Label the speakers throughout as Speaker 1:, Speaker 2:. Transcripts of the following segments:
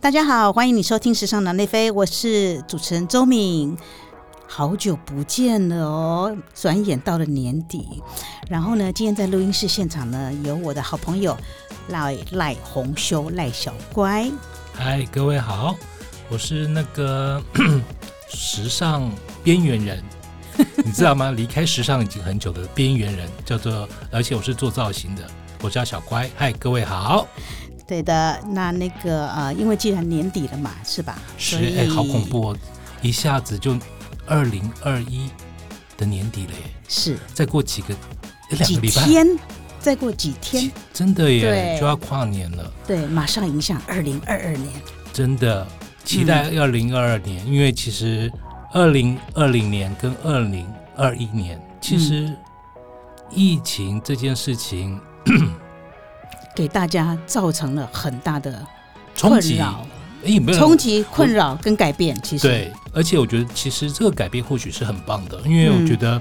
Speaker 1: 大家好，欢迎你收听《时尚男内飞》，我是主持人周敏。好久不见了哦，转眼到了年底。然后呢，今天在录音室现场呢，有我的好朋友赖赖红修赖小乖。
Speaker 2: 嗨，各位好，我是那个 时尚边 缘人，你知道吗？离开时尚已经很久的边缘人，叫做，而且我是做造型的，我叫小乖。嗨，各位好，
Speaker 1: 对的，那那个呃，因为既然年底了嘛，是吧？
Speaker 2: 是
Speaker 1: 所以
Speaker 2: 哎、好恐怖哦，一下子就二零二一的年底了耶，
Speaker 1: 是
Speaker 2: 再过几个哎两
Speaker 1: 几
Speaker 2: 个礼拜，
Speaker 1: 天，再过几天
Speaker 2: 几，真的耶
Speaker 1: 对，
Speaker 2: 就要跨年了，
Speaker 1: 对，马上影响二零二二年。
Speaker 2: 真的期待
Speaker 1: 嗯
Speaker 2: 二零二二年，因为其实二零二零年跟二零二一年，其实
Speaker 1: 嗯
Speaker 2: 疫情这件事情
Speaker 1: 给大家造成了很大的
Speaker 2: 冲
Speaker 1: 困
Speaker 2: 击，
Speaker 1: 扰、
Speaker 2: 哎，没有
Speaker 1: 冲击、困扰跟改变。其实，
Speaker 2: 对，而且我觉得其实这个改变或许是很棒的，因
Speaker 1: 嗯
Speaker 2: 为我觉得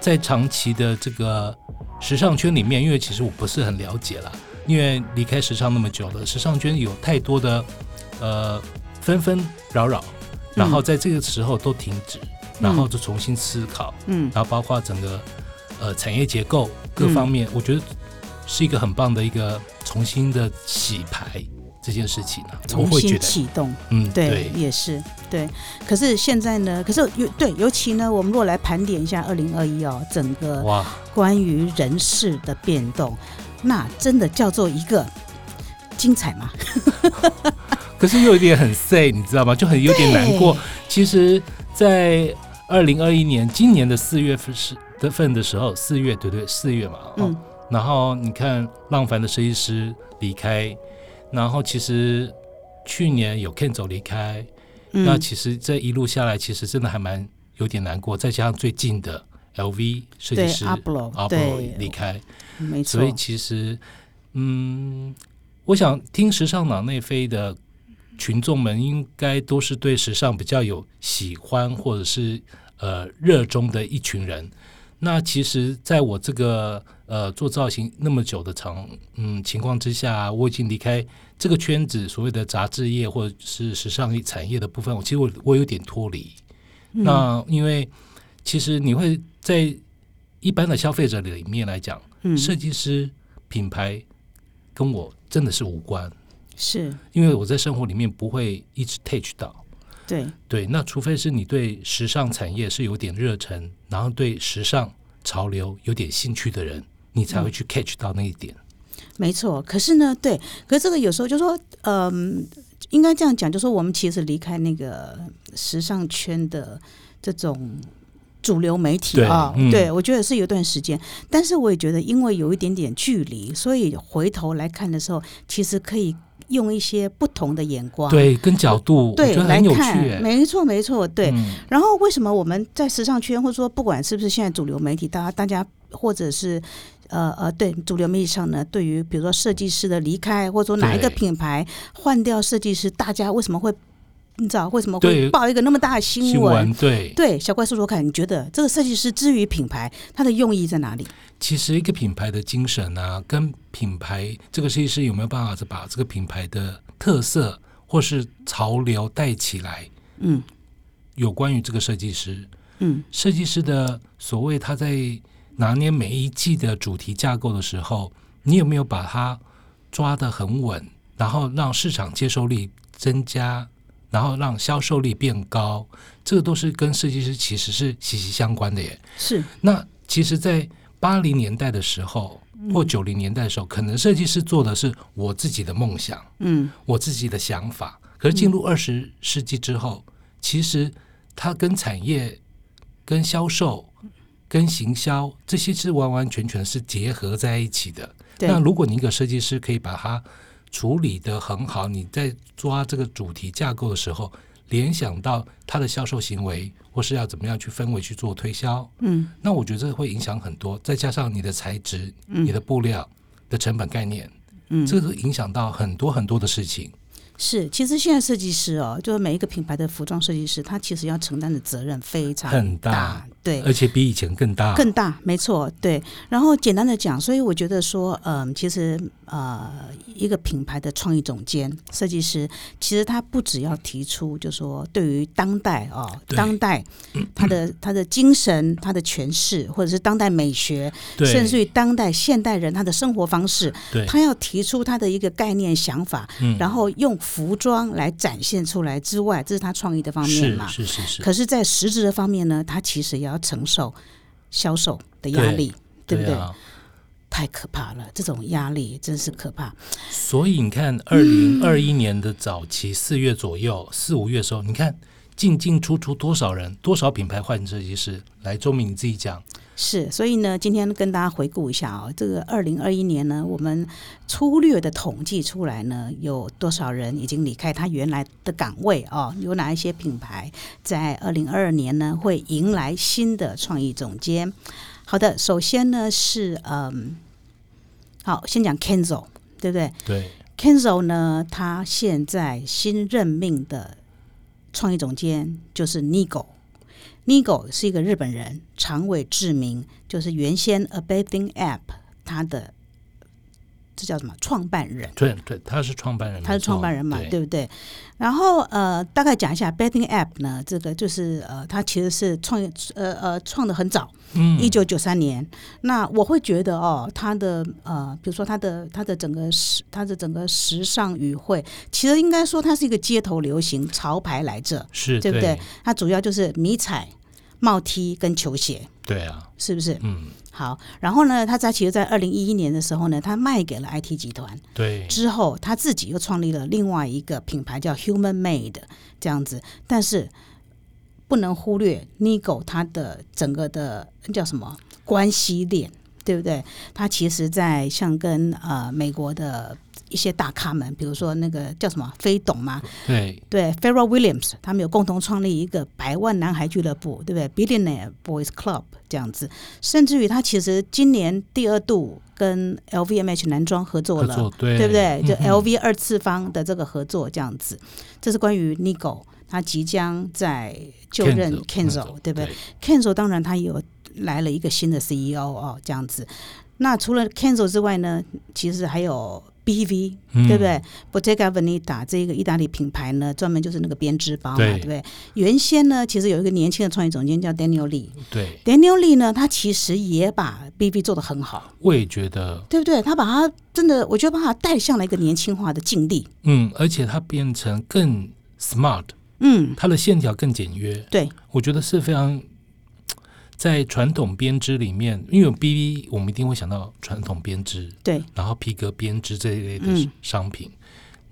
Speaker 2: 在长期的这个时尚圈里面，因为其实我不是很了解啦，因为离开时尚那么久了，时尚圈有太多的呃纷纷扰扰，然后在这个时候都停止，然后就重新思考，
Speaker 1: 嗯
Speaker 2: 然后包括整个呃产业结构各方面，
Speaker 1: 嗯
Speaker 2: 我觉得是一个很棒的一个重新的洗牌这件事情啊，我
Speaker 1: 重
Speaker 2: 会觉
Speaker 1: 新
Speaker 2: 得，
Speaker 1: 启动，
Speaker 2: 嗯，
Speaker 1: 对，也是对。可是现在呢？可是尤对，尤其呢，我们如果来盘点一下二零二一哦，整个
Speaker 2: 哇，
Speaker 1: 关于人事的变动，那真的叫做一个精彩吗？
Speaker 2: 可是又有点很 sad，你知道吗？就很有点难过
Speaker 1: 对。
Speaker 2: 其实，在二零二一年今年的四月份是的份的时候，四月对对四月嘛，哦、
Speaker 1: 嗯
Speaker 2: 然后你看浪凡的设计师离开，然后其实去年有 Ken 走离开，那
Speaker 1: 嗯，
Speaker 2: 其实这一路下来，其实真的还蛮有点难过。再加上最近的 LV 设计
Speaker 1: 对
Speaker 2: 师
Speaker 1: 阿布罗，
Speaker 2: 阿布罗
Speaker 1: 对，
Speaker 2: 离开，
Speaker 1: 没错
Speaker 2: 所，以其实，嗯，我想听时尚脑内飞的群众们，应该都是对时尚比较有喜欢或者是呃热衷的一群人。那其实，在我这个呃做造型那么久的长嗯情况之下，我已经离开这个圈子，所谓的杂志业或者是时尚产业的部分，我其实我我有点脱离。
Speaker 1: 嗯
Speaker 2: 那因为其实你会在一般的消费者里面来讲，
Speaker 1: 嗯
Speaker 2: 设计师品牌跟我真的是无关，
Speaker 1: 是
Speaker 2: 因为我在生活里面不会一直 touch 到。
Speaker 1: 对，
Speaker 2: 对，那除非是你对时尚产业是有点热忱，然后对时尚潮流有点兴趣的人，你才会
Speaker 1: 嗯
Speaker 2: 去 catch 到那一点。
Speaker 1: 没错。可是呢，对，可是这个有时候就说，嗯、应该这样讲，就说我们其实离开那个时尚圈的这种。主流媒体
Speaker 2: 对
Speaker 1: 啊，
Speaker 2: 嗯
Speaker 1: 对我觉得是有段时间，但是我也觉得，因为有一点点距离，所以回头来看的时候，其实可以用一些不同的眼光，
Speaker 2: 对，跟角度我
Speaker 1: 对
Speaker 2: 觉得
Speaker 1: 来
Speaker 2: 很有趣、
Speaker 1: 看，
Speaker 2: 哎
Speaker 1: 没错没错，对。
Speaker 2: 嗯
Speaker 1: 然后为什么我们在时尚圈，或者说不管是不是现在主流媒体，大家大家或者是呃呃，对主流媒体上呢，对于比如说设计师的离开，或者说哪一个
Speaker 2: 对
Speaker 1: 品牌换掉设计师，大家为什么会你知道为什么会
Speaker 2: 对
Speaker 1: 报一个那么大的新闻？
Speaker 2: 新闻对，
Speaker 1: 对，小怪叔叔看，你觉得这个设计师之于品牌，它的用意在哪里？
Speaker 2: 其实一个品牌的精神啊，跟品牌这个设计师有没有办法把这个品牌的特色或是潮流带起来，
Speaker 1: 嗯
Speaker 2: 有关于这个设计师。
Speaker 1: 嗯
Speaker 2: 设计师的所谓他在拿捏每一季的主题架构的时候，你有没有把它抓得很稳，然后让市场接受力增加，然后让销售力变高？这个都是跟设计师其实是息息相关的耶。
Speaker 1: 是
Speaker 2: 那其实，在八零年代的时候或九零年代的时候，可能设计师做的是我自己的梦想，
Speaker 1: 嗯
Speaker 2: 我自己的想法。可是进入二十世纪之后，其实它跟产业、跟销售、跟行销这些是完完全全是结合在一起的。
Speaker 1: 对
Speaker 2: 那如果你一个设计师可以把它处理得很好，你在抓这个主题架构的时候，联想到它的销售行为，或是要怎么样去氛围去做推销，
Speaker 1: 嗯
Speaker 2: 那我觉得这会影响很多。再加上你的材质、
Speaker 1: 嗯
Speaker 2: 你的布料的成本概念，
Speaker 1: 嗯，
Speaker 2: 这个都影响到很多很多的事情。
Speaker 1: 是，其实现在设计师哦，就是每一个品牌的服装设计师，他其实要承担的责任非常
Speaker 2: 很大哎
Speaker 1: 大，对，
Speaker 2: 而且比以前更大。
Speaker 1: 更大，没错，对。然后简单的讲，所以我觉得说，嗯、其实呃，一个品牌的创意总监、设计师，其实他不只要提出，就说对于当代哦，
Speaker 2: 对
Speaker 1: 当代他的他的精神、他的诠释，或者是当代美学，
Speaker 2: 对，
Speaker 1: 甚至于当代现代人他的生活方式，
Speaker 2: 对，
Speaker 1: 他要提出他的一个概念想法，
Speaker 2: 嗯，
Speaker 1: 然后用服装来展现出来之外，这是他创意的方面
Speaker 2: 是
Speaker 1: 嘛？
Speaker 2: 是是是，
Speaker 1: 可是，在实质的方面呢，他其实也要承受销售的压力，对不对？
Speaker 2: 啊？
Speaker 1: 太可怕了，这种压力真是可怕。
Speaker 2: 所以你看，二零二一年的早期四月左右、四五月的时候，你看进进出出多少人，多少品牌换设计师。来，周明你自己讲，
Speaker 1: 是，所以呢，今天跟大家回顾一下啊、这个二零二一年呢，我们粗略的统计出来呢，有多少人已经离开他原来的岗位啊、有哪一些品牌在二零二二年呢会迎来新的创意总监？好的，首先呢是嗯，好，先讲 Kenzo，对不对？
Speaker 2: 对
Speaker 1: Kenzo 呢，他现在新任命的创意总监就是 Nigo。Nigo 是一个日本人，长尾智明，就是原先 A Bathing App 他的这叫什么创办人。
Speaker 2: 对对，他是创办人，
Speaker 1: 他是
Speaker 2: 没错
Speaker 1: 创办人嘛，
Speaker 2: 对
Speaker 1: 对不对？然后呃，大概讲一下 Betting App 呢，这个就是呃，它其实是创业呃呃创的很早，
Speaker 2: 嗯
Speaker 1: 一九九三年。那我会觉得哦，它的呃，比如说它的它的整个时它的整个时尚与会，其实应该说它是一个街头流行潮牌来着，
Speaker 2: 是，
Speaker 1: 对不
Speaker 2: 对
Speaker 1: 对？它主要就是迷彩、帽 T 跟球鞋，
Speaker 2: 对啊，
Speaker 1: 是不是？
Speaker 2: 嗯，
Speaker 1: 好，然后呢，它在其实，在二零一一年的时候呢，它卖给了 IT 集团。
Speaker 2: 对，
Speaker 1: 之后，他自己又创立了另外一个品牌叫 Human Made 这样子，但是不能忽略 Nigo 它的整个的呃叫什么关系链，对不对？它其实，在像跟呃美国的一些大咖们，比如说那个叫什么飞董嘛，
Speaker 2: 对
Speaker 1: 对 f e r r e l Williams，他们有共同创立一个百万男孩俱乐部，对不对？Billionaire Boys Club 这样子，甚至于他其实今年第二度跟 LVMH 男装合作
Speaker 2: 合
Speaker 1: 了
Speaker 2: 作，，对
Speaker 1: 对不对？就
Speaker 2: 嗯哼
Speaker 1: LV 二次方的这个合作这样子，这是关于 Nigo 他即将在就任 Kenzo，对不对？？Kenzo 当然他也有来了一个新的 CEO 哦，这样子。那除了 Kenzo 之外呢，其实还有 BV，
Speaker 2: 嗯
Speaker 1: 对不对？Bottega Veneta 这个意大利品牌呢，专门就是那个编织包嘛，
Speaker 2: 对
Speaker 1: 对不对？原先呢，其实有一个年轻的创业总监叫 Daniel Lee。
Speaker 2: 对，
Speaker 1: Daniel Lee 呢，他其实也把 BV 做得很好，
Speaker 2: 我也觉得，
Speaker 1: 对不对？他把他真的，我觉得把他带向了一个年轻化的境地。
Speaker 2: 嗯，而且它变成更 smart，
Speaker 1: 嗯，
Speaker 2: 它的线条更简约，
Speaker 1: 对，
Speaker 2: 我觉得是非常在传统编织里面，因为 B B 我们一定会想到传统编织，
Speaker 1: 对，
Speaker 2: 然后皮革编织这一类的
Speaker 1: 嗯
Speaker 2: 商品。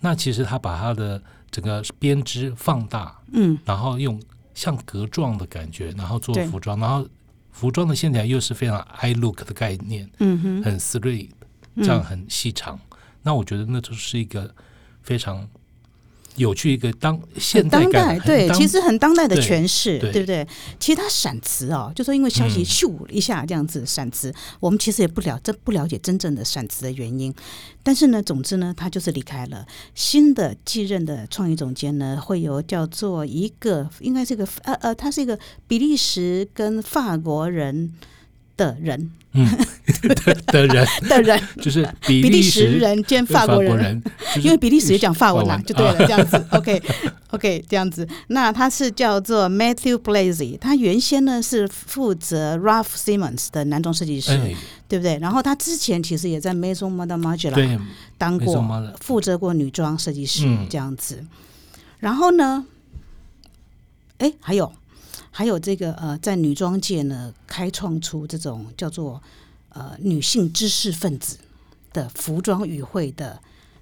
Speaker 2: 那其实它把它的整个编织放大，
Speaker 1: 嗯，
Speaker 2: 然后用像格状的感觉，然后做
Speaker 1: 对
Speaker 2: 服装，然后服装的线条又是非常 I look 的概念，
Speaker 1: 嗯哼，
Speaker 2: 很 straight，这样很细长。那我觉得那就是一个非常有趣一个当现代
Speaker 1: 当
Speaker 2: 感
Speaker 1: 代
Speaker 2: 很
Speaker 1: 对，
Speaker 2: 当
Speaker 1: 其实很当代的
Speaker 2: 对
Speaker 1: 诠释，
Speaker 2: 对
Speaker 1: 对不对？其实他闪词哦，就说因为消息
Speaker 2: 嗯
Speaker 1: 咻一下这样子闪词，我们其实也不了这不了解真正的闪词的原因。但是呢，总之呢，他就是离开了。新的继任的创意总监呢，会有叫做一个，应该是一个呃呃，他是一个比利时跟法国人的 人
Speaker 2: 的人，
Speaker 1: 的人，
Speaker 2: 就是比
Speaker 1: 比
Speaker 2: 利
Speaker 1: 利时人兼
Speaker 2: 跟法
Speaker 1: 法国人。
Speaker 2: 人，就是
Speaker 1: 因为比利时也讲法文啦
Speaker 2: 法，文
Speaker 1: 就对了，这样子。OK OK，这样子。那他是叫做 Matthew Blazy，他原先呢是负责 Ralph Simmons 的男装设计师，
Speaker 2: 哎，
Speaker 1: 对不对？然后他之前其实也在 Maison m a d a m a g i l a
Speaker 2: 对，
Speaker 1: 当
Speaker 2: 没错
Speaker 1: 过
Speaker 2: 嘛，
Speaker 1: 负责过女装设计师、
Speaker 2: 嗯
Speaker 1: 这样子。然后呢，哎，还有还有这个呃，在女装界呢，开创出这种叫做呃女性知识分子的服装与会的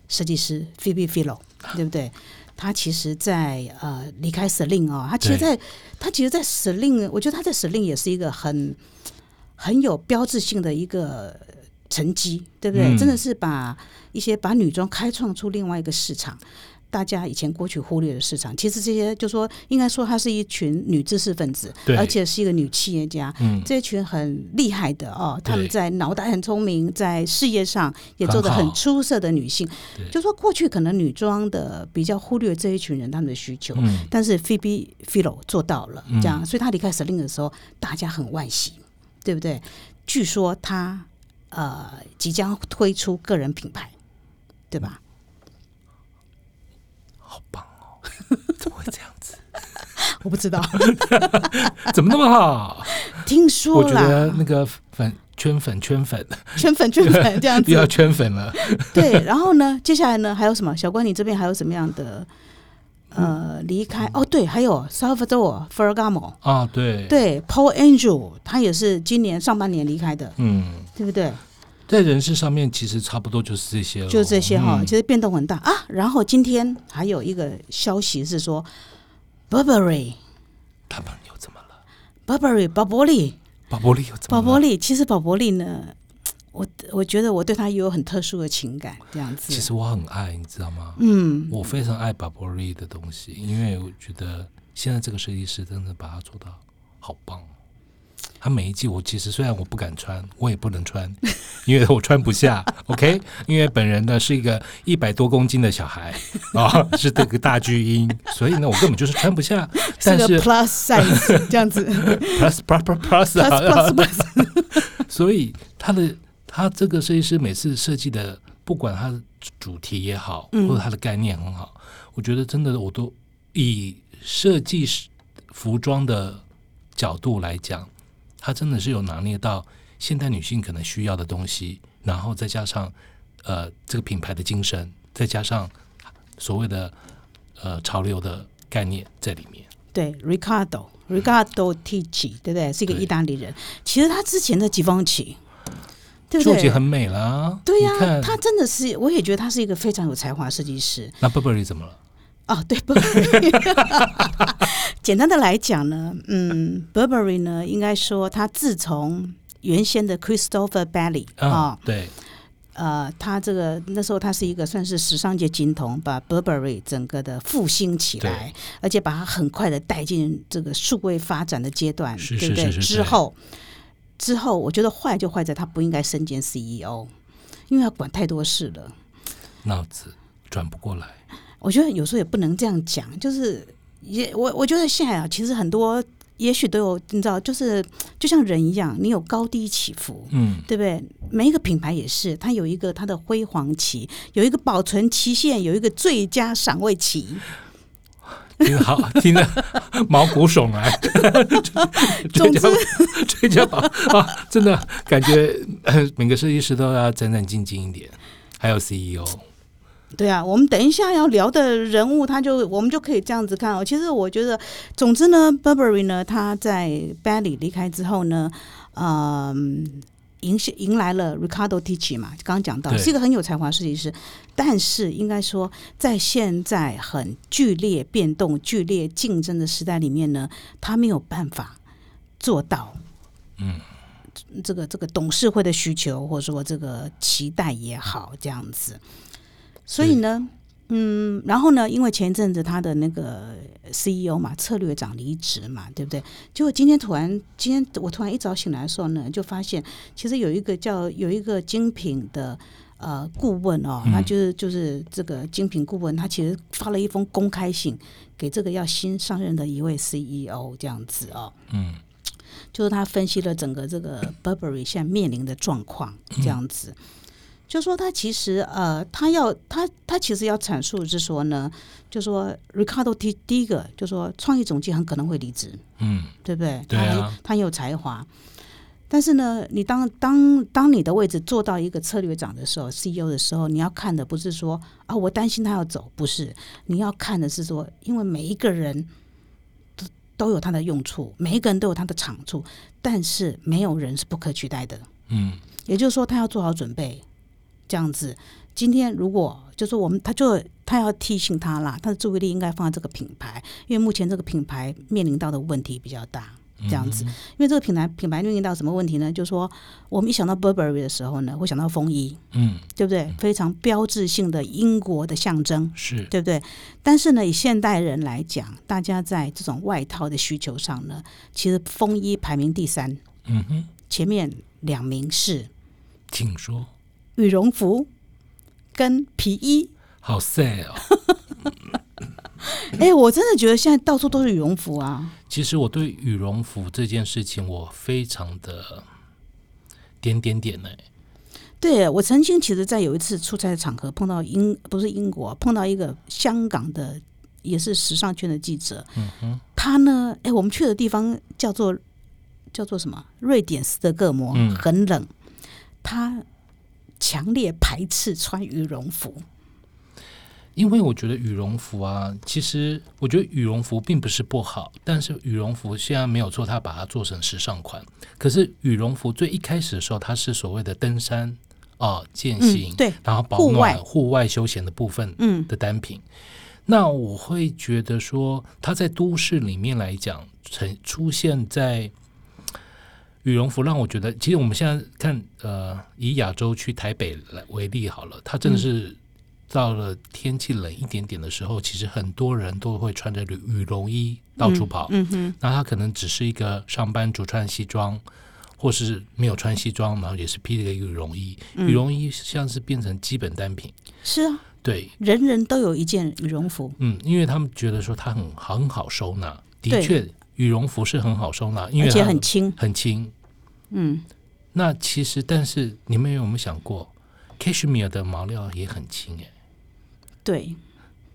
Speaker 1: 设计师 Phoebe Philo，对不对？她其实在，呃离开 Celine 哦，她其实在，她其实，在 Celine，我觉得她在 Celine 也是一个很很有标志性的一个成绩，对不对？
Speaker 2: 嗯
Speaker 1: 真的是把一些把女装开创出另外一个市场。大家以前过去忽略的市场，其实这些就说应该说她是一群女知识分子，
Speaker 2: 对
Speaker 1: 而且是一个女企业家，
Speaker 2: 嗯，
Speaker 1: 这群很厉害的哦，她们
Speaker 2: 对
Speaker 1: 在脑袋很聪明，在事业上也做得
Speaker 2: 很
Speaker 1: 很
Speaker 2: 好
Speaker 1: 出色的女性
Speaker 2: 对，
Speaker 1: 就说过去可能女装的比较忽略这一群人他们的需求，
Speaker 2: 嗯，
Speaker 1: 但是 Phoebe Philo 做到了，
Speaker 2: 嗯
Speaker 1: 这样，所以他离开 Sling 的时候，大家很惋惜，对不对？据说他呃即将推出个人品牌，对吧？
Speaker 2: 好棒哦，怎么会这样子？
Speaker 1: 我不知道，
Speaker 2: 怎么那么好？
Speaker 1: 听
Speaker 2: 我
Speaker 1: 说
Speaker 2: 觉得
Speaker 1: 啦，
Speaker 2: 那个粉圈粉圈粉
Speaker 1: 圈粉圈粉这样
Speaker 2: 又要
Speaker 1: 子。
Speaker 2: 圈粉了。
Speaker 1: 对，然后呢，接下来呢还有什么？小关，你这边还有什么样的呃离开？哦，对，还有 Salvador Ferragamo，
Speaker 2: 啊，对，，
Speaker 1: 对，Paul Angel，他也是今年上半年离开的，
Speaker 2: 嗯，
Speaker 1: 对不对？
Speaker 2: 在人事上面其实差不多就是这些了，
Speaker 1: 就这些哈、
Speaker 2: 嗯
Speaker 1: 其实变动很大啊。然后今天还有一个消息是说，Burberry。
Speaker 2: 他们又怎么了？
Speaker 1: Burberry 宝珀丽，
Speaker 2: 宝珀丽又怎么
Speaker 1: 宝
Speaker 2: 了？
Speaker 1: 珀丽，其实宝珀丽呢，我我觉得我对她也有很特殊的情感，这样子。
Speaker 2: 其实我很爱，你知道吗？
Speaker 1: 嗯，
Speaker 2: 我非常爱宝珀丽的东西，因为我觉得现在这个设计师真的把它做到好棒哦。他每一季我其实虽然我不敢穿，我也不能穿，因为我穿 不下。OK，因为本人呢是一个一百多公斤的小孩啊、是这个大巨婴，所以呢我根本就是穿 不下。但
Speaker 1: 个
Speaker 2: 是
Speaker 1: plus size 这样子
Speaker 2: plus plus plus plus，
Speaker 1: ，plus
Speaker 2: 啊
Speaker 1: plus plus，
Speaker 2: 所以他的他这个设计师每次设计的，不管他的主题也好，
Speaker 1: 嗯
Speaker 2: 或者他的概念很好，我觉得真的我都以设计师服装的角度来讲，他真的是有拿捏到现代女性可能需要的东西，然后再加上呃这个品牌的精神，再加上所谓的呃潮流的概念在里面。
Speaker 1: 对，Ricardo Ricardo Ticci，对不对？是一个
Speaker 2: 对
Speaker 1: 意大利人。其实他之前的吉方奇，对不
Speaker 2: 就已经
Speaker 1: 对？
Speaker 2: 很美啦，
Speaker 1: 对啊呀、
Speaker 2: 你看
Speaker 1: 他真的是，我也觉得他是一个非常有才华的设计师。
Speaker 2: 那 Burberry 怎么了？
Speaker 1: 哦，对，Burberry。简单的来讲呢，嗯，Burberry 呢，应该说它自从原先的 Christopher Bailey 啊、
Speaker 2: 啊，对，
Speaker 1: 呃，他这个那时候他是一个算是时尚界金童，把 Burberry 整个的复兴起来，而且把它很快的带进这个数位发展的阶段，
Speaker 2: 是
Speaker 1: 对不
Speaker 2: 是
Speaker 1: 对？
Speaker 2: 是是
Speaker 1: 之
Speaker 2: 对
Speaker 1: 后，之后我觉得坏就坏在他不应该身兼 CEO，因为他管太多事了。
Speaker 2: 脑子转不过来。
Speaker 1: 我觉得有时候也不能这样讲，就是也我我觉得现在啊，其实很多也许都有，你知道，就是就像人一样，你有高低起伏。
Speaker 2: 嗯，
Speaker 1: 对不对？每一个品牌也是，它有一个它的辉煌期，有一个保存期限，有一个最佳赏味期。嗯
Speaker 2: 听得好，听得 毛骨悚然。 追
Speaker 1: 总
Speaker 2: 加追加宝啊，真的感觉呃每个设计师都要战战兢兢一点，还有 E CEO。
Speaker 1: 对啊，我们等一下要聊的人物，他就我们就可以这样子看哦。其实我觉得，总之呢，Burberry 呢，他在 Bailey 离开之后呢，嗯，迎迎来了 Ricardo Ticci 嘛，刚刚讲到
Speaker 2: 对
Speaker 1: 是一个很有才华设计师，但是应该说，在现在很剧烈变动、剧烈竞争的时代里面呢，他没有办法做到，
Speaker 2: 嗯。
Speaker 1: 这个这个董事会的需求，或者说这个期待也好，这样子。所以呢，嗯，然后呢，因为前一阵子他的那个 CEO 嘛，策略长离职嘛，对不对？结果今天突然，今天我突然一早醒来的时候呢，就发现其实有一个叫有一个精品的。呃，顾问哦，
Speaker 2: 嗯
Speaker 1: 他就是就是这个精品顾问，他其实发了一封公开信给这个要新上任的一位 CEO 这样子哦。
Speaker 2: 嗯，
Speaker 1: 就是他分析了整个这个 Burberry 现在面临的状况，
Speaker 2: 嗯
Speaker 1: 这样子，就说他其实呃，他要他他其实要阐述是说呢，就说 Ricardo 第第一个就说创意总监很可能会离职，
Speaker 2: 嗯，
Speaker 1: 对不对？
Speaker 2: 对啊
Speaker 1: 他很他很有才华。但是呢，你当当当你的位置做到一个策略长的时候，CEO 的时候，你要看的不是说啊，我担心他要走，不是，你要看的是说，因为每一个人都都有他的用处，每一个人都有他的长处，但是没有人是不可取代的。
Speaker 2: 嗯，
Speaker 1: 也就是说，他要做好准备，这样子。今天如果就是我们，他就他要提醒他啦，他的注意力应该放在这个品牌，因为目前这个品牌面临到的问题比较大。这样子。因为这个品牌品牌面临到什么问题呢？就是说，我们一想到 Burberry 的时候呢，会想到风衣，
Speaker 2: 嗯，
Speaker 1: 对不对？非常标志性的英国的象征，
Speaker 2: 是，
Speaker 1: 对不对？但是呢，以现代人来讲，大家在这种外套的需求上呢，其实风衣排名第三，
Speaker 2: 嗯哼，
Speaker 1: 前面两名是
Speaker 2: 请说，
Speaker 1: 羽绒服跟皮衣。
Speaker 2: 好 sad 哦。
Speaker 1: 哎，我真的觉得现在到处都是羽绒服啊。
Speaker 2: 其实我对羽绒服这件事情，我非常的点点点呢、
Speaker 1: 对我曾经其实，在有一次出差的场合碰到英不是英国，碰到一个香港的也是时尚圈的记者，
Speaker 2: 嗯哼，
Speaker 1: 他呢，哎，我们去的地方叫做叫做什么？瑞典斯德哥尔摩，
Speaker 2: 嗯
Speaker 1: 很冷，他强烈排斥穿羽绒服。
Speaker 2: 因为我觉得羽绒服啊，其实我觉得羽绒服并不是不好，但是羽绒服现在没有错，它把它做成时尚款。可是羽绒服最一开始的时候，它是所谓的登山啊、健行，
Speaker 1: 嗯，对，
Speaker 2: 然后保
Speaker 1: 户
Speaker 2: 暖、
Speaker 1: 外
Speaker 2: 户外休闲的部分
Speaker 1: 嗯
Speaker 2: 的单品。那我会觉得说，它在都市里面来讲，呈出现在羽绒服，让我觉得，其实我们现在看，呃，以亚洲区台北来为例好了，它
Speaker 1: 嗯
Speaker 2: 真的是到了天气冷一点点的时候，其实很多人都会穿着羽羽绒衣到处跑。
Speaker 1: 嗯哼，
Speaker 2: 那他可能只是一个上班族穿西装，或是没有穿西装，然后也是披了一个羽绒衣。
Speaker 1: 嗯
Speaker 2: 羽绒衣像是变成基本单品，
Speaker 1: 是啊，
Speaker 2: 对，
Speaker 1: 人人都有一件羽绒服。
Speaker 2: 嗯，因为他们觉得说它很很好收纳，的
Speaker 1: 对
Speaker 2: 确，羽绒服是很好收纳，因为
Speaker 1: 而且
Speaker 2: 它
Speaker 1: 很轻，
Speaker 2: 很轻。
Speaker 1: 嗯，
Speaker 2: 那其实，但是你们有没有想过，cashmere 的毛料也很轻诶、
Speaker 1: 对，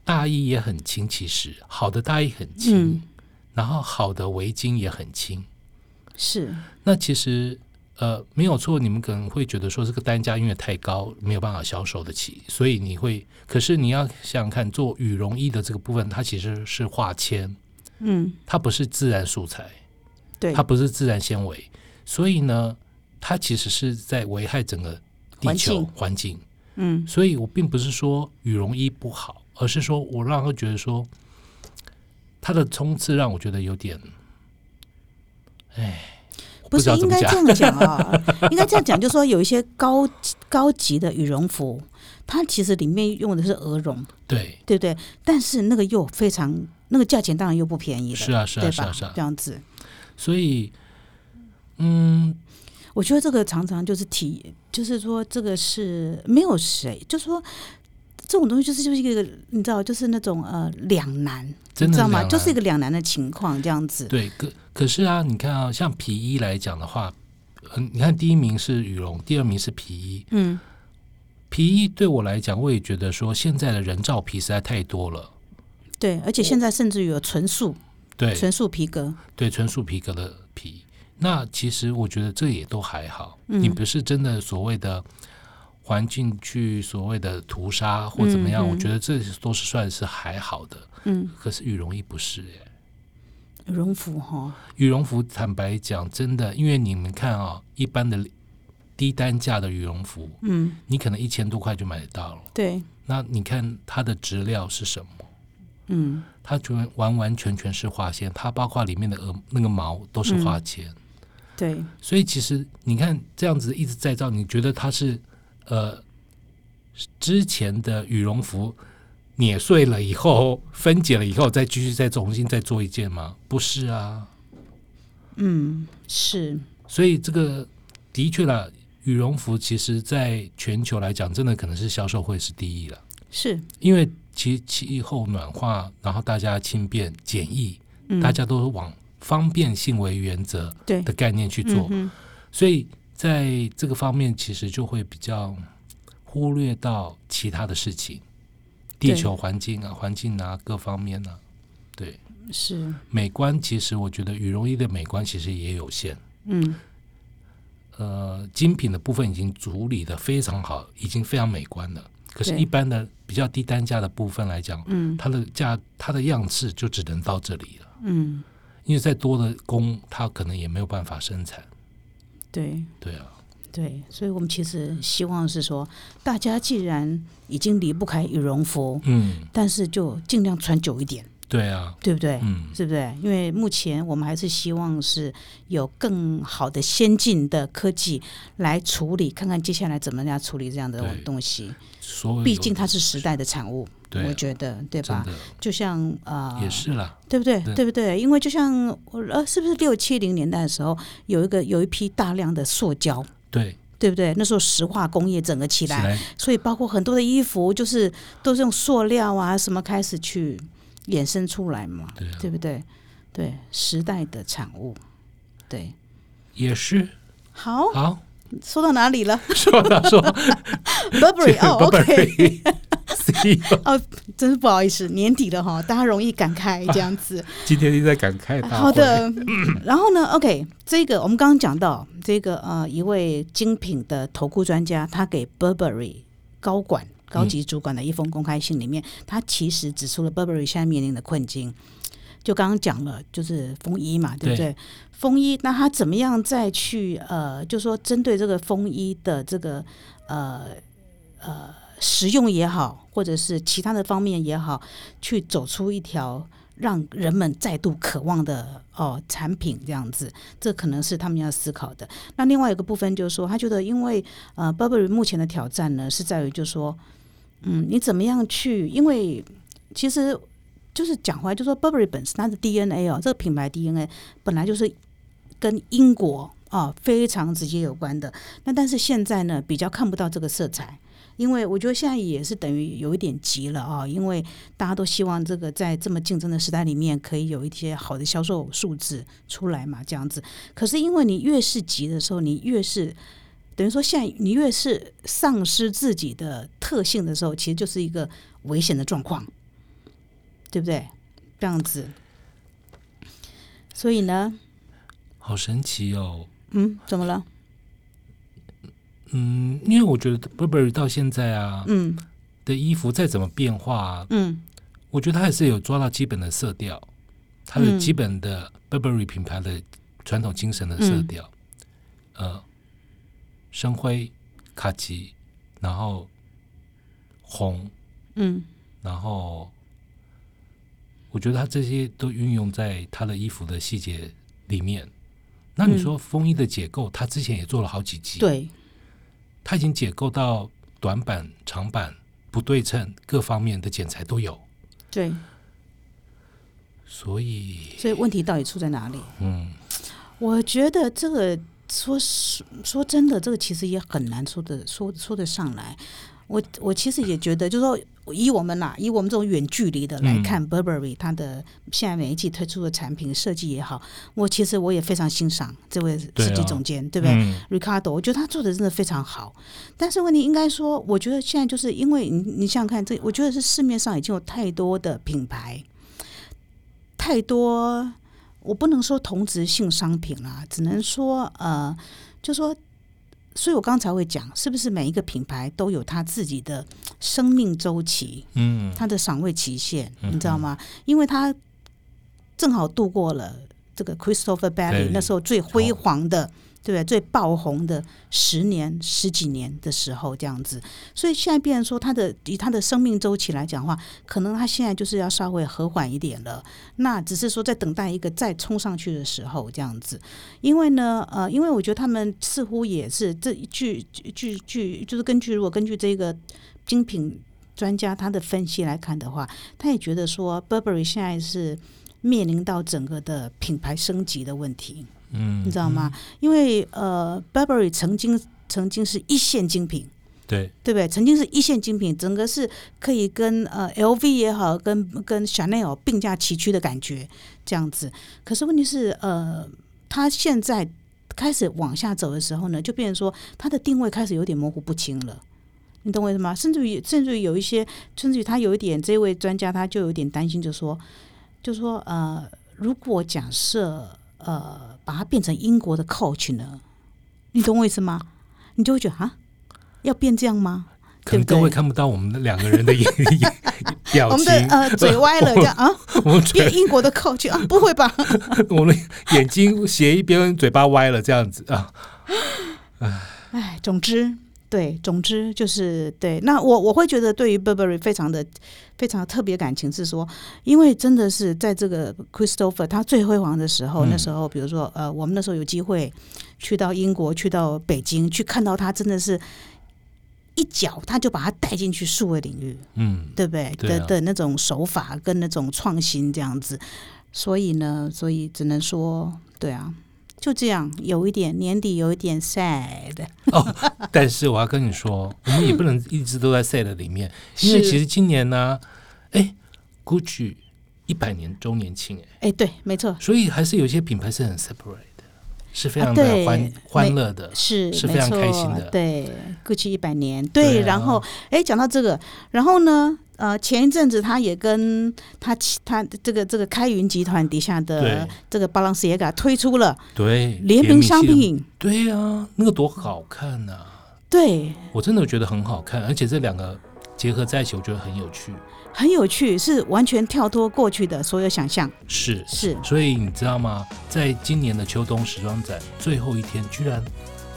Speaker 2: 大衣也很轻，其实好的大衣很轻，
Speaker 1: 嗯，
Speaker 2: 然后好的围巾也很轻。
Speaker 1: 是，
Speaker 2: 那其实呃没有错，你们可能会觉得说这个单价因为太高，没有办法销售得起，所以你会。可是你要想想看，做羽绒衣的这个部分，它其实是化纤，
Speaker 1: 嗯，
Speaker 2: 它不是自然素材，
Speaker 1: 对
Speaker 2: 它，不是自然纤维，所以呢，它其实是在危害整个地
Speaker 1: 环
Speaker 2: 球
Speaker 1: 境
Speaker 2: 环境。
Speaker 1: 嗯，
Speaker 2: 所以我并不是说羽绒衣不好，而是说我让他觉得说它的冲刺让我觉得有点，哎，我
Speaker 1: 不
Speaker 2: 知
Speaker 1: 是
Speaker 2: 道怎
Speaker 1: 应
Speaker 2: 么
Speaker 1: 该
Speaker 2: 讲
Speaker 1: 这。样讲 啊，应该这样讲，就是说有一些高高级的羽绒服，它其实里面用的是鹅绒，
Speaker 2: 对，
Speaker 1: 对不对？但是那个又非常，那个价钱当然又不便宜了，
Speaker 2: 是啊，是啊，
Speaker 1: 对
Speaker 2: 是
Speaker 1: 吧？
Speaker 2: 啊，是啊
Speaker 1: 这。样子，
Speaker 2: 所以，嗯，
Speaker 1: 我觉得这个常常就是体，就是说这个是没有谁，就是说。这种东西就是就是一个你知道，就是那种呃两难，
Speaker 2: 真的
Speaker 1: 你知道
Speaker 2: 两
Speaker 1: 吗？
Speaker 2: 难
Speaker 1: 就是一个两难的情况这样子。
Speaker 2: 对，可可是啊，你看啊，像皮衣来讲的话，嗯，你看第一名是羽绒，第二名是皮衣。
Speaker 1: 嗯，
Speaker 2: 皮衣对我来讲，我也觉得说现在的人造皮实在太多了。
Speaker 1: 对，而且现在甚至于有纯素
Speaker 2: 对，
Speaker 1: 纯素皮革，
Speaker 2: 对，纯素皮革的皮。那其实我觉得这也都还好，
Speaker 1: 嗯
Speaker 2: 你不是真的所谓的环境去所谓的屠杀或怎么样，
Speaker 1: 嗯嗯
Speaker 2: 我觉得这都是算是还好的。
Speaker 1: 嗯，
Speaker 2: 可是羽绒衣不是耶，
Speaker 1: 羽绒服哈，
Speaker 2: 羽绒服坦白讲，真的，因为你们看啊、一般的低单价的羽绒服，
Speaker 1: 嗯，
Speaker 2: 你可能一千多块就买得到了。
Speaker 1: 对，
Speaker 2: 那你看它的质料是什么？
Speaker 1: 嗯，
Speaker 2: 它全完完全全是化纤，它包括里面的鹅那个毛都是化纤。
Speaker 1: 对，
Speaker 2: 所以其实你看这样子一直再造，你觉得它是呃之前的羽绒服碾碎了以后分解了以后再继续再重新再做一件吗？不是啊，
Speaker 1: 嗯，是，
Speaker 2: 所以这个的确啦，羽绒服其实在全球来讲，真的可能是销售会是第一了，
Speaker 1: 是，
Speaker 2: 因为其气候暖化，然后大家轻便简易，
Speaker 1: 嗯，
Speaker 2: 大家都往方便性为原则
Speaker 1: 对
Speaker 2: 的概念去做。
Speaker 1: 嗯哼
Speaker 2: 所以在这个方面，其实就会比较忽略到其他的事情，地
Speaker 1: 对
Speaker 2: 球环境啊、环境啊各方面啊。对，
Speaker 1: 是，
Speaker 2: 美观其实我觉得羽绒衣的美观其实也有限。
Speaker 1: 嗯，
Speaker 2: 呃，精品的部分已经处理的非常好，已经非常美观了。可是，
Speaker 1: 对
Speaker 2: 一般的比较低单价的部分来讲，
Speaker 1: 嗯
Speaker 2: 它的价、它的样式就只能到这里了，
Speaker 1: 嗯，
Speaker 2: 因为再多的工，它可能也没有办法生产。
Speaker 1: 对
Speaker 2: 对啊，
Speaker 1: 对，所以我们其实希望是说，大家既然已经离不开羽绒服，
Speaker 2: 嗯，
Speaker 1: 但是就尽量穿久一点，
Speaker 2: 对啊，
Speaker 1: 对不对？
Speaker 2: 嗯，
Speaker 1: 是不对？因为目前我们还是希望是有更好的先进的科技来处理，看看接下来怎么样处理这样的
Speaker 2: 对
Speaker 1: 东西。
Speaker 2: 所有
Speaker 1: 毕竟它是时代的产物，
Speaker 2: 对啊
Speaker 1: 我觉得对
Speaker 2: 真
Speaker 1: 吧？
Speaker 2: 的
Speaker 1: 就像呃，
Speaker 2: 也是啦，
Speaker 1: 对不对？
Speaker 2: 对
Speaker 1: 对不对？因为就像呃，是不是六七零年代的时候，有一个有一批大量的塑胶，
Speaker 2: 对，
Speaker 1: 对不对？那时候石化工业整个起
Speaker 2: 起
Speaker 1: 来，
Speaker 2: 来
Speaker 1: 所以包括很多的衣服，就是都是用塑料啊什么开始去衍生出来嘛，
Speaker 2: 对啊
Speaker 1: 对不对？对，时代的产物。对，
Speaker 2: 也是
Speaker 1: 好，
Speaker 2: 好。
Speaker 1: 说到哪里了
Speaker 2: 说到 说
Speaker 1: ？Burberry 哦，OK，
Speaker 2: ，Burberry，CEO
Speaker 1: 真是不好意思，年底了哈，大家容易感慨这样子。
Speaker 2: 今天又在感慨大会。
Speaker 1: 好，的， 然后呢？OK，这个我们刚刚讲到这个呃，一位精品的投顾专家，他给 Burberry 高管、高级主管的一封公开信里面，他其实指出了 Burberry 现在面临的困境。就刚刚讲了，就是风衣嘛，对不对？风衣，那他怎么样再去呃，就说针对这个风衣的这个呃呃实用也好，或者是其他的方面也好，去走出一条让人们再度渴望的哦产品这样子，这可能是他们要思考的。那另外一个部分就是说，他觉得因为呃，Burberry 目前的挑战呢是在于就是说，嗯，你怎么样去？因为其实就是讲回来，就说 Burberry 本身它的 DNA 哦，这个品牌 DNA 本来就是跟英国啊、非常直接有关的。那但是现在呢，比较看不到这个色彩。因为我觉得现在也是等于有一点急了啊，因为大家都希望这个在这么竞争的时代里面，可以有一些好的销售数字出来嘛，这样子。可是因为你越是急的时候，你越是等于说现在你越是丧失自己的特性的时候，其实就是一个危险的状况，对不对？这样子。所以呢，
Speaker 2: 好神奇哦。
Speaker 1: 嗯，怎么了？
Speaker 2: 嗯，因为我觉得 Burberry 到现在啊
Speaker 1: 嗯
Speaker 2: 的衣服再怎么变化、啊，
Speaker 1: 嗯
Speaker 2: 我觉得它还是有抓到基本的色调，它
Speaker 1: 嗯
Speaker 2: 的基本的 Burberry 品牌的传统精神的色调，呃，深灰、卡其，然后红，
Speaker 1: 嗯
Speaker 2: 然后我觉得它这些都运用在它的衣服的细节里面。那你说风衣的解构，它之前也做了好几集，，
Speaker 1: 对，
Speaker 2: 它已经解构到短版、长版、不对称各方面的剪裁都有，
Speaker 1: 对。
Speaker 2: 所以
Speaker 1: 所以问题到底出在哪里？
Speaker 2: 嗯，
Speaker 1: 我觉得这个说实说真的，这个其实也很难说的说说得上来。我我其实也觉得，就是说以我们啦，以我们这种远距离的来
Speaker 2: 嗯
Speaker 1: 看、b u r b e r r y 它的现在每一季推出的产品设计也好，我其实我也非常欣赏这位
Speaker 2: 对
Speaker 1: 设
Speaker 2: 啊
Speaker 1: 计总监，对
Speaker 2: 对
Speaker 1: 不对、
Speaker 2: 嗯、
Speaker 1: r i c a r d o 我觉得他做的真的非常好。但是问题应该说，我觉得现在就是因为你你想想看，这我觉得是市面上已经有太多的品牌，太多，我不能说同质性商品啦，只能说呃，就说。所以我刚才会讲，是不是每一个品牌都有它自己的生命周期？
Speaker 2: 嗯，
Speaker 1: 它的赏味期限，
Speaker 2: 嗯哼
Speaker 1: 你知道吗？因为它正好度过了这个 Christopher Bailey
Speaker 2: 对
Speaker 1: 那时候最辉煌的，对不对？最爆红的十年、十几年的时候，这样子。所以现在变成说，它的以它的生命周期来讲的话，可能它现在就是要稍微和缓一点了。那只是说在等待一个再冲上去的时候，这样子。因为呢，呃，因为我觉得他们似乎也是这据据据，就是根据如果根据这个精品专家他的分析来看的话，他也觉得说 Burberry 现在是面临到整个的品牌升级的问题，
Speaker 2: 嗯
Speaker 1: 你知道吗？因为呃，Burberry 曾经曾经是一线精品。
Speaker 2: 对，
Speaker 1: 对不对？曾经是一线精品，整个是可以跟呃 LV 也好，跟跟 Chanel 并驾齐驱的感觉这样子。可是问题是，呃，它现在开始往下走的时候呢，就变成说它的定位开始有点模糊不清了。你懂我意思吗？甚至于，甚至于有一些，甚至于他有一点，这位专家他就有点担心，就说，就说呃，如果假设呃把它变成英国的 coach 呢，你懂我意思吗？你就会觉得啊，要变这样吗？
Speaker 2: 可
Speaker 1: 对不
Speaker 2: 能
Speaker 1: 对
Speaker 2: 各位看不到我们两个人的眼 眼表
Speaker 1: 我们
Speaker 2: 情
Speaker 1: 的，呃嘴歪了，这样啊，
Speaker 2: 我们
Speaker 1: 变
Speaker 2: 嘴，
Speaker 1: 英国的 coach 啊，不会吧？
Speaker 2: 我们眼睛斜一边，嘴巴歪了这样子啊，
Speaker 1: 哎，总之对，总之就是对。那我我会觉得对于 Burberry 非常的非常特别感情是说，因为真的是在这个 Christopher 他最辉煌的时候，
Speaker 2: 嗯
Speaker 1: 那时候比如说呃，我们那时候有机会去到英国，去到北京，去看到他真的是。一脚他就把他带进去数位领域，
Speaker 2: 嗯，
Speaker 1: 对不对？
Speaker 2: 对啊
Speaker 1: 的的那种手法跟那种创新这样子，所以呢，所以只能说，对啊，就这样，有一点年底有一点 sad，嗯
Speaker 2: 但是我要跟你说，我们也不能一直都在 sad 里面，因为
Speaker 1: 是
Speaker 2: 其实今年呢、哎，GUCCI 一百年周年庆，哎，
Speaker 1: 哎，对，没错，
Speaker 2: 所以还是有些品牌是很 separate 的，是非常
Speaker 1: 啊
Speaker 2: 的
Speaker 1: 对
Speaker 2: 欢、
Speaker 1: 没
Speaker 2: 欢乐的，
Speaker 1: 是
Speaker 2: 是
Speaker 1: 没
Speaker 2: 非常
Speaker 1: 错
Speaker 2: 开心的
Speaker 1: 对，GUCCI 一百年，
Speaker 2: 对啊
Speaker 1: 然后哎，讲到这个，然后呢，呃，前一阵子他也跟他旗他这个这个开云集团底下的
Speaker 2: 对
Speaker 1: 这个巴朗西耶嘎推出了
Speaker 2: 对，
Speaker 1: 联名商
Speaker 2: 系列，
Speaker 1: 品，
Speaker 2: 对呀、那个多好看啊呐、
Speaker 1: 对，
Speaker 2: 我真的觉得很好看，而且这两个结合在一起，我觉得很有趣，
Speaker 1: 很有趣，是完全跳脱过去的所有想象，
Speaker 2: 是。
Speaker 1: 是
Speaker 2: 所以你知道吗？在今年的秋冬时装展最后一天，居然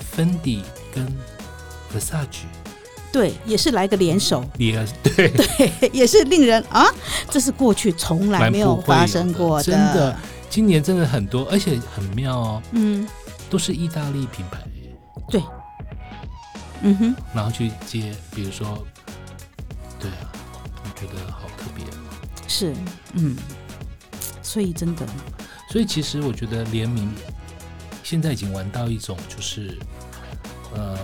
Speaker 2: 芬迪跟 Versace
Speaker 1: 对，也是来个联手，
Speaker 2: 也 对，
Speaker 1: 也是令人啊，这是过去从来
Speaker 2: 蛮
Speaker 1: 没
Speaker 2: 不
Speaker 1: 有
Speaker 2: 会
Speaker 1: 发生过
Speaker 2: 的，真的。今年真的很多，而且很妙哦，
Speaker 1: 嗯，
Speaker 2: 都是意大利品牌，
Speaker 1: 嗯哼，
Speaker 2: 然后去接，比如说，对啊，我觉得好特别。
Speaker 1: 是，嗯，所以真的，
Speaker 2: 所以其实我觉得联名现在已经玩到一种就是，呃，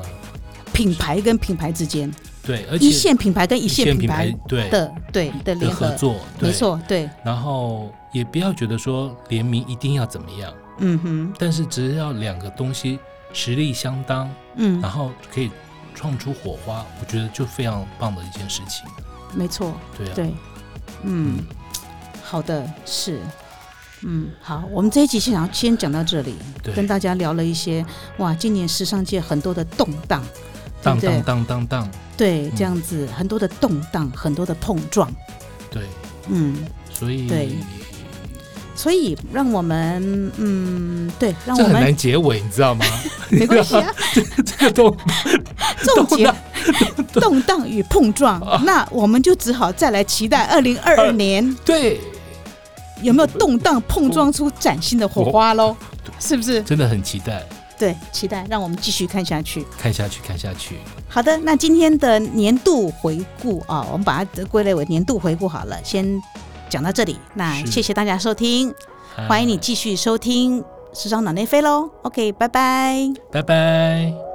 Speaker 1: 品牌跟品牌之间，
Speaker 2: 对，而且
Speaker 1: 一线品牌跟一
Speaker 2: 一
Speaker 1: 线
Speaker 2: 品
Speaker 1: 品牌
Speaker 2: 对
Speaker 1: 的对的
Speaker 2: 的
Speaker 1: 联
Speaker 2: 合
Speaker 1: 合，
Speaker 2: 作，对
Speaker 1: 没。错，对，
Speaker 2: 然后也不要觉得说联名一定要怎么样，
Speaker 1: 嗯哼，
Speaker 2: 但是只要两个东西实力相当，
Speaker 1: 嗯
Speaker 2: 然，后可以创出火花，我觉得就非常棒的一件事情。
Speaker 1: 没错，
Speaker 2: 对啊，
Speaker 1: 对，嗯
Speaker 2: 嗯，，
Speaker 1: 好的，是。嗯，好，我们这一集先讲先讲到这里，跟
Speaker 2: 对，
Speaker 1: 大家聊了一些哇，今年时尚界很多的动荡，对
Speaker 2: 当
Speaker 1: 不对
Speaker 2: 当当当当，
Speaker 1: 对，
Speaker 2: 嗯
Speaker 1: 这样子很多的动荡，很多的碰撞，
Speaker 2: 对，
Speaker 1: 嗯，
Speaker 2: 所以
Speaker 1: 对所以让我们，嗯，对，让
Speaker 2: 这
Speaker 1: 我
Speaker 2: 很
Speaker 1: 们
Speaker 2: 难结尾，你知道吗？
Speaker 1: 没关系 啊，
Speaker 2: 这个都
Speaker 1: 总结
Speaker 2: 荡
Speaker 1: 动荡与碰撞，那我们就只好再来期待二零二二年
Speaker 2: 对，
Speaker 1: 有没有动荡碰撞出崭新的火花 喽，是不是？
Speaker 2: 真的很期待
Speaker 1: 对，期待，让我们继续看下去。
Speaker 2: 看下去，看下去。
Speaker 1: 好的，那今天的年度回顾啊，我们把它归类为年度回顾好了，先讲到这里。那
Speaker 2: 是
Speaker 1: 谢谢大家收听，欢迎你
Speaker 2: 嗨，
Speaker 1: 继续收听《时尚脑内飞》喽。OK，拜拜。
Speaker 2: 拜拜。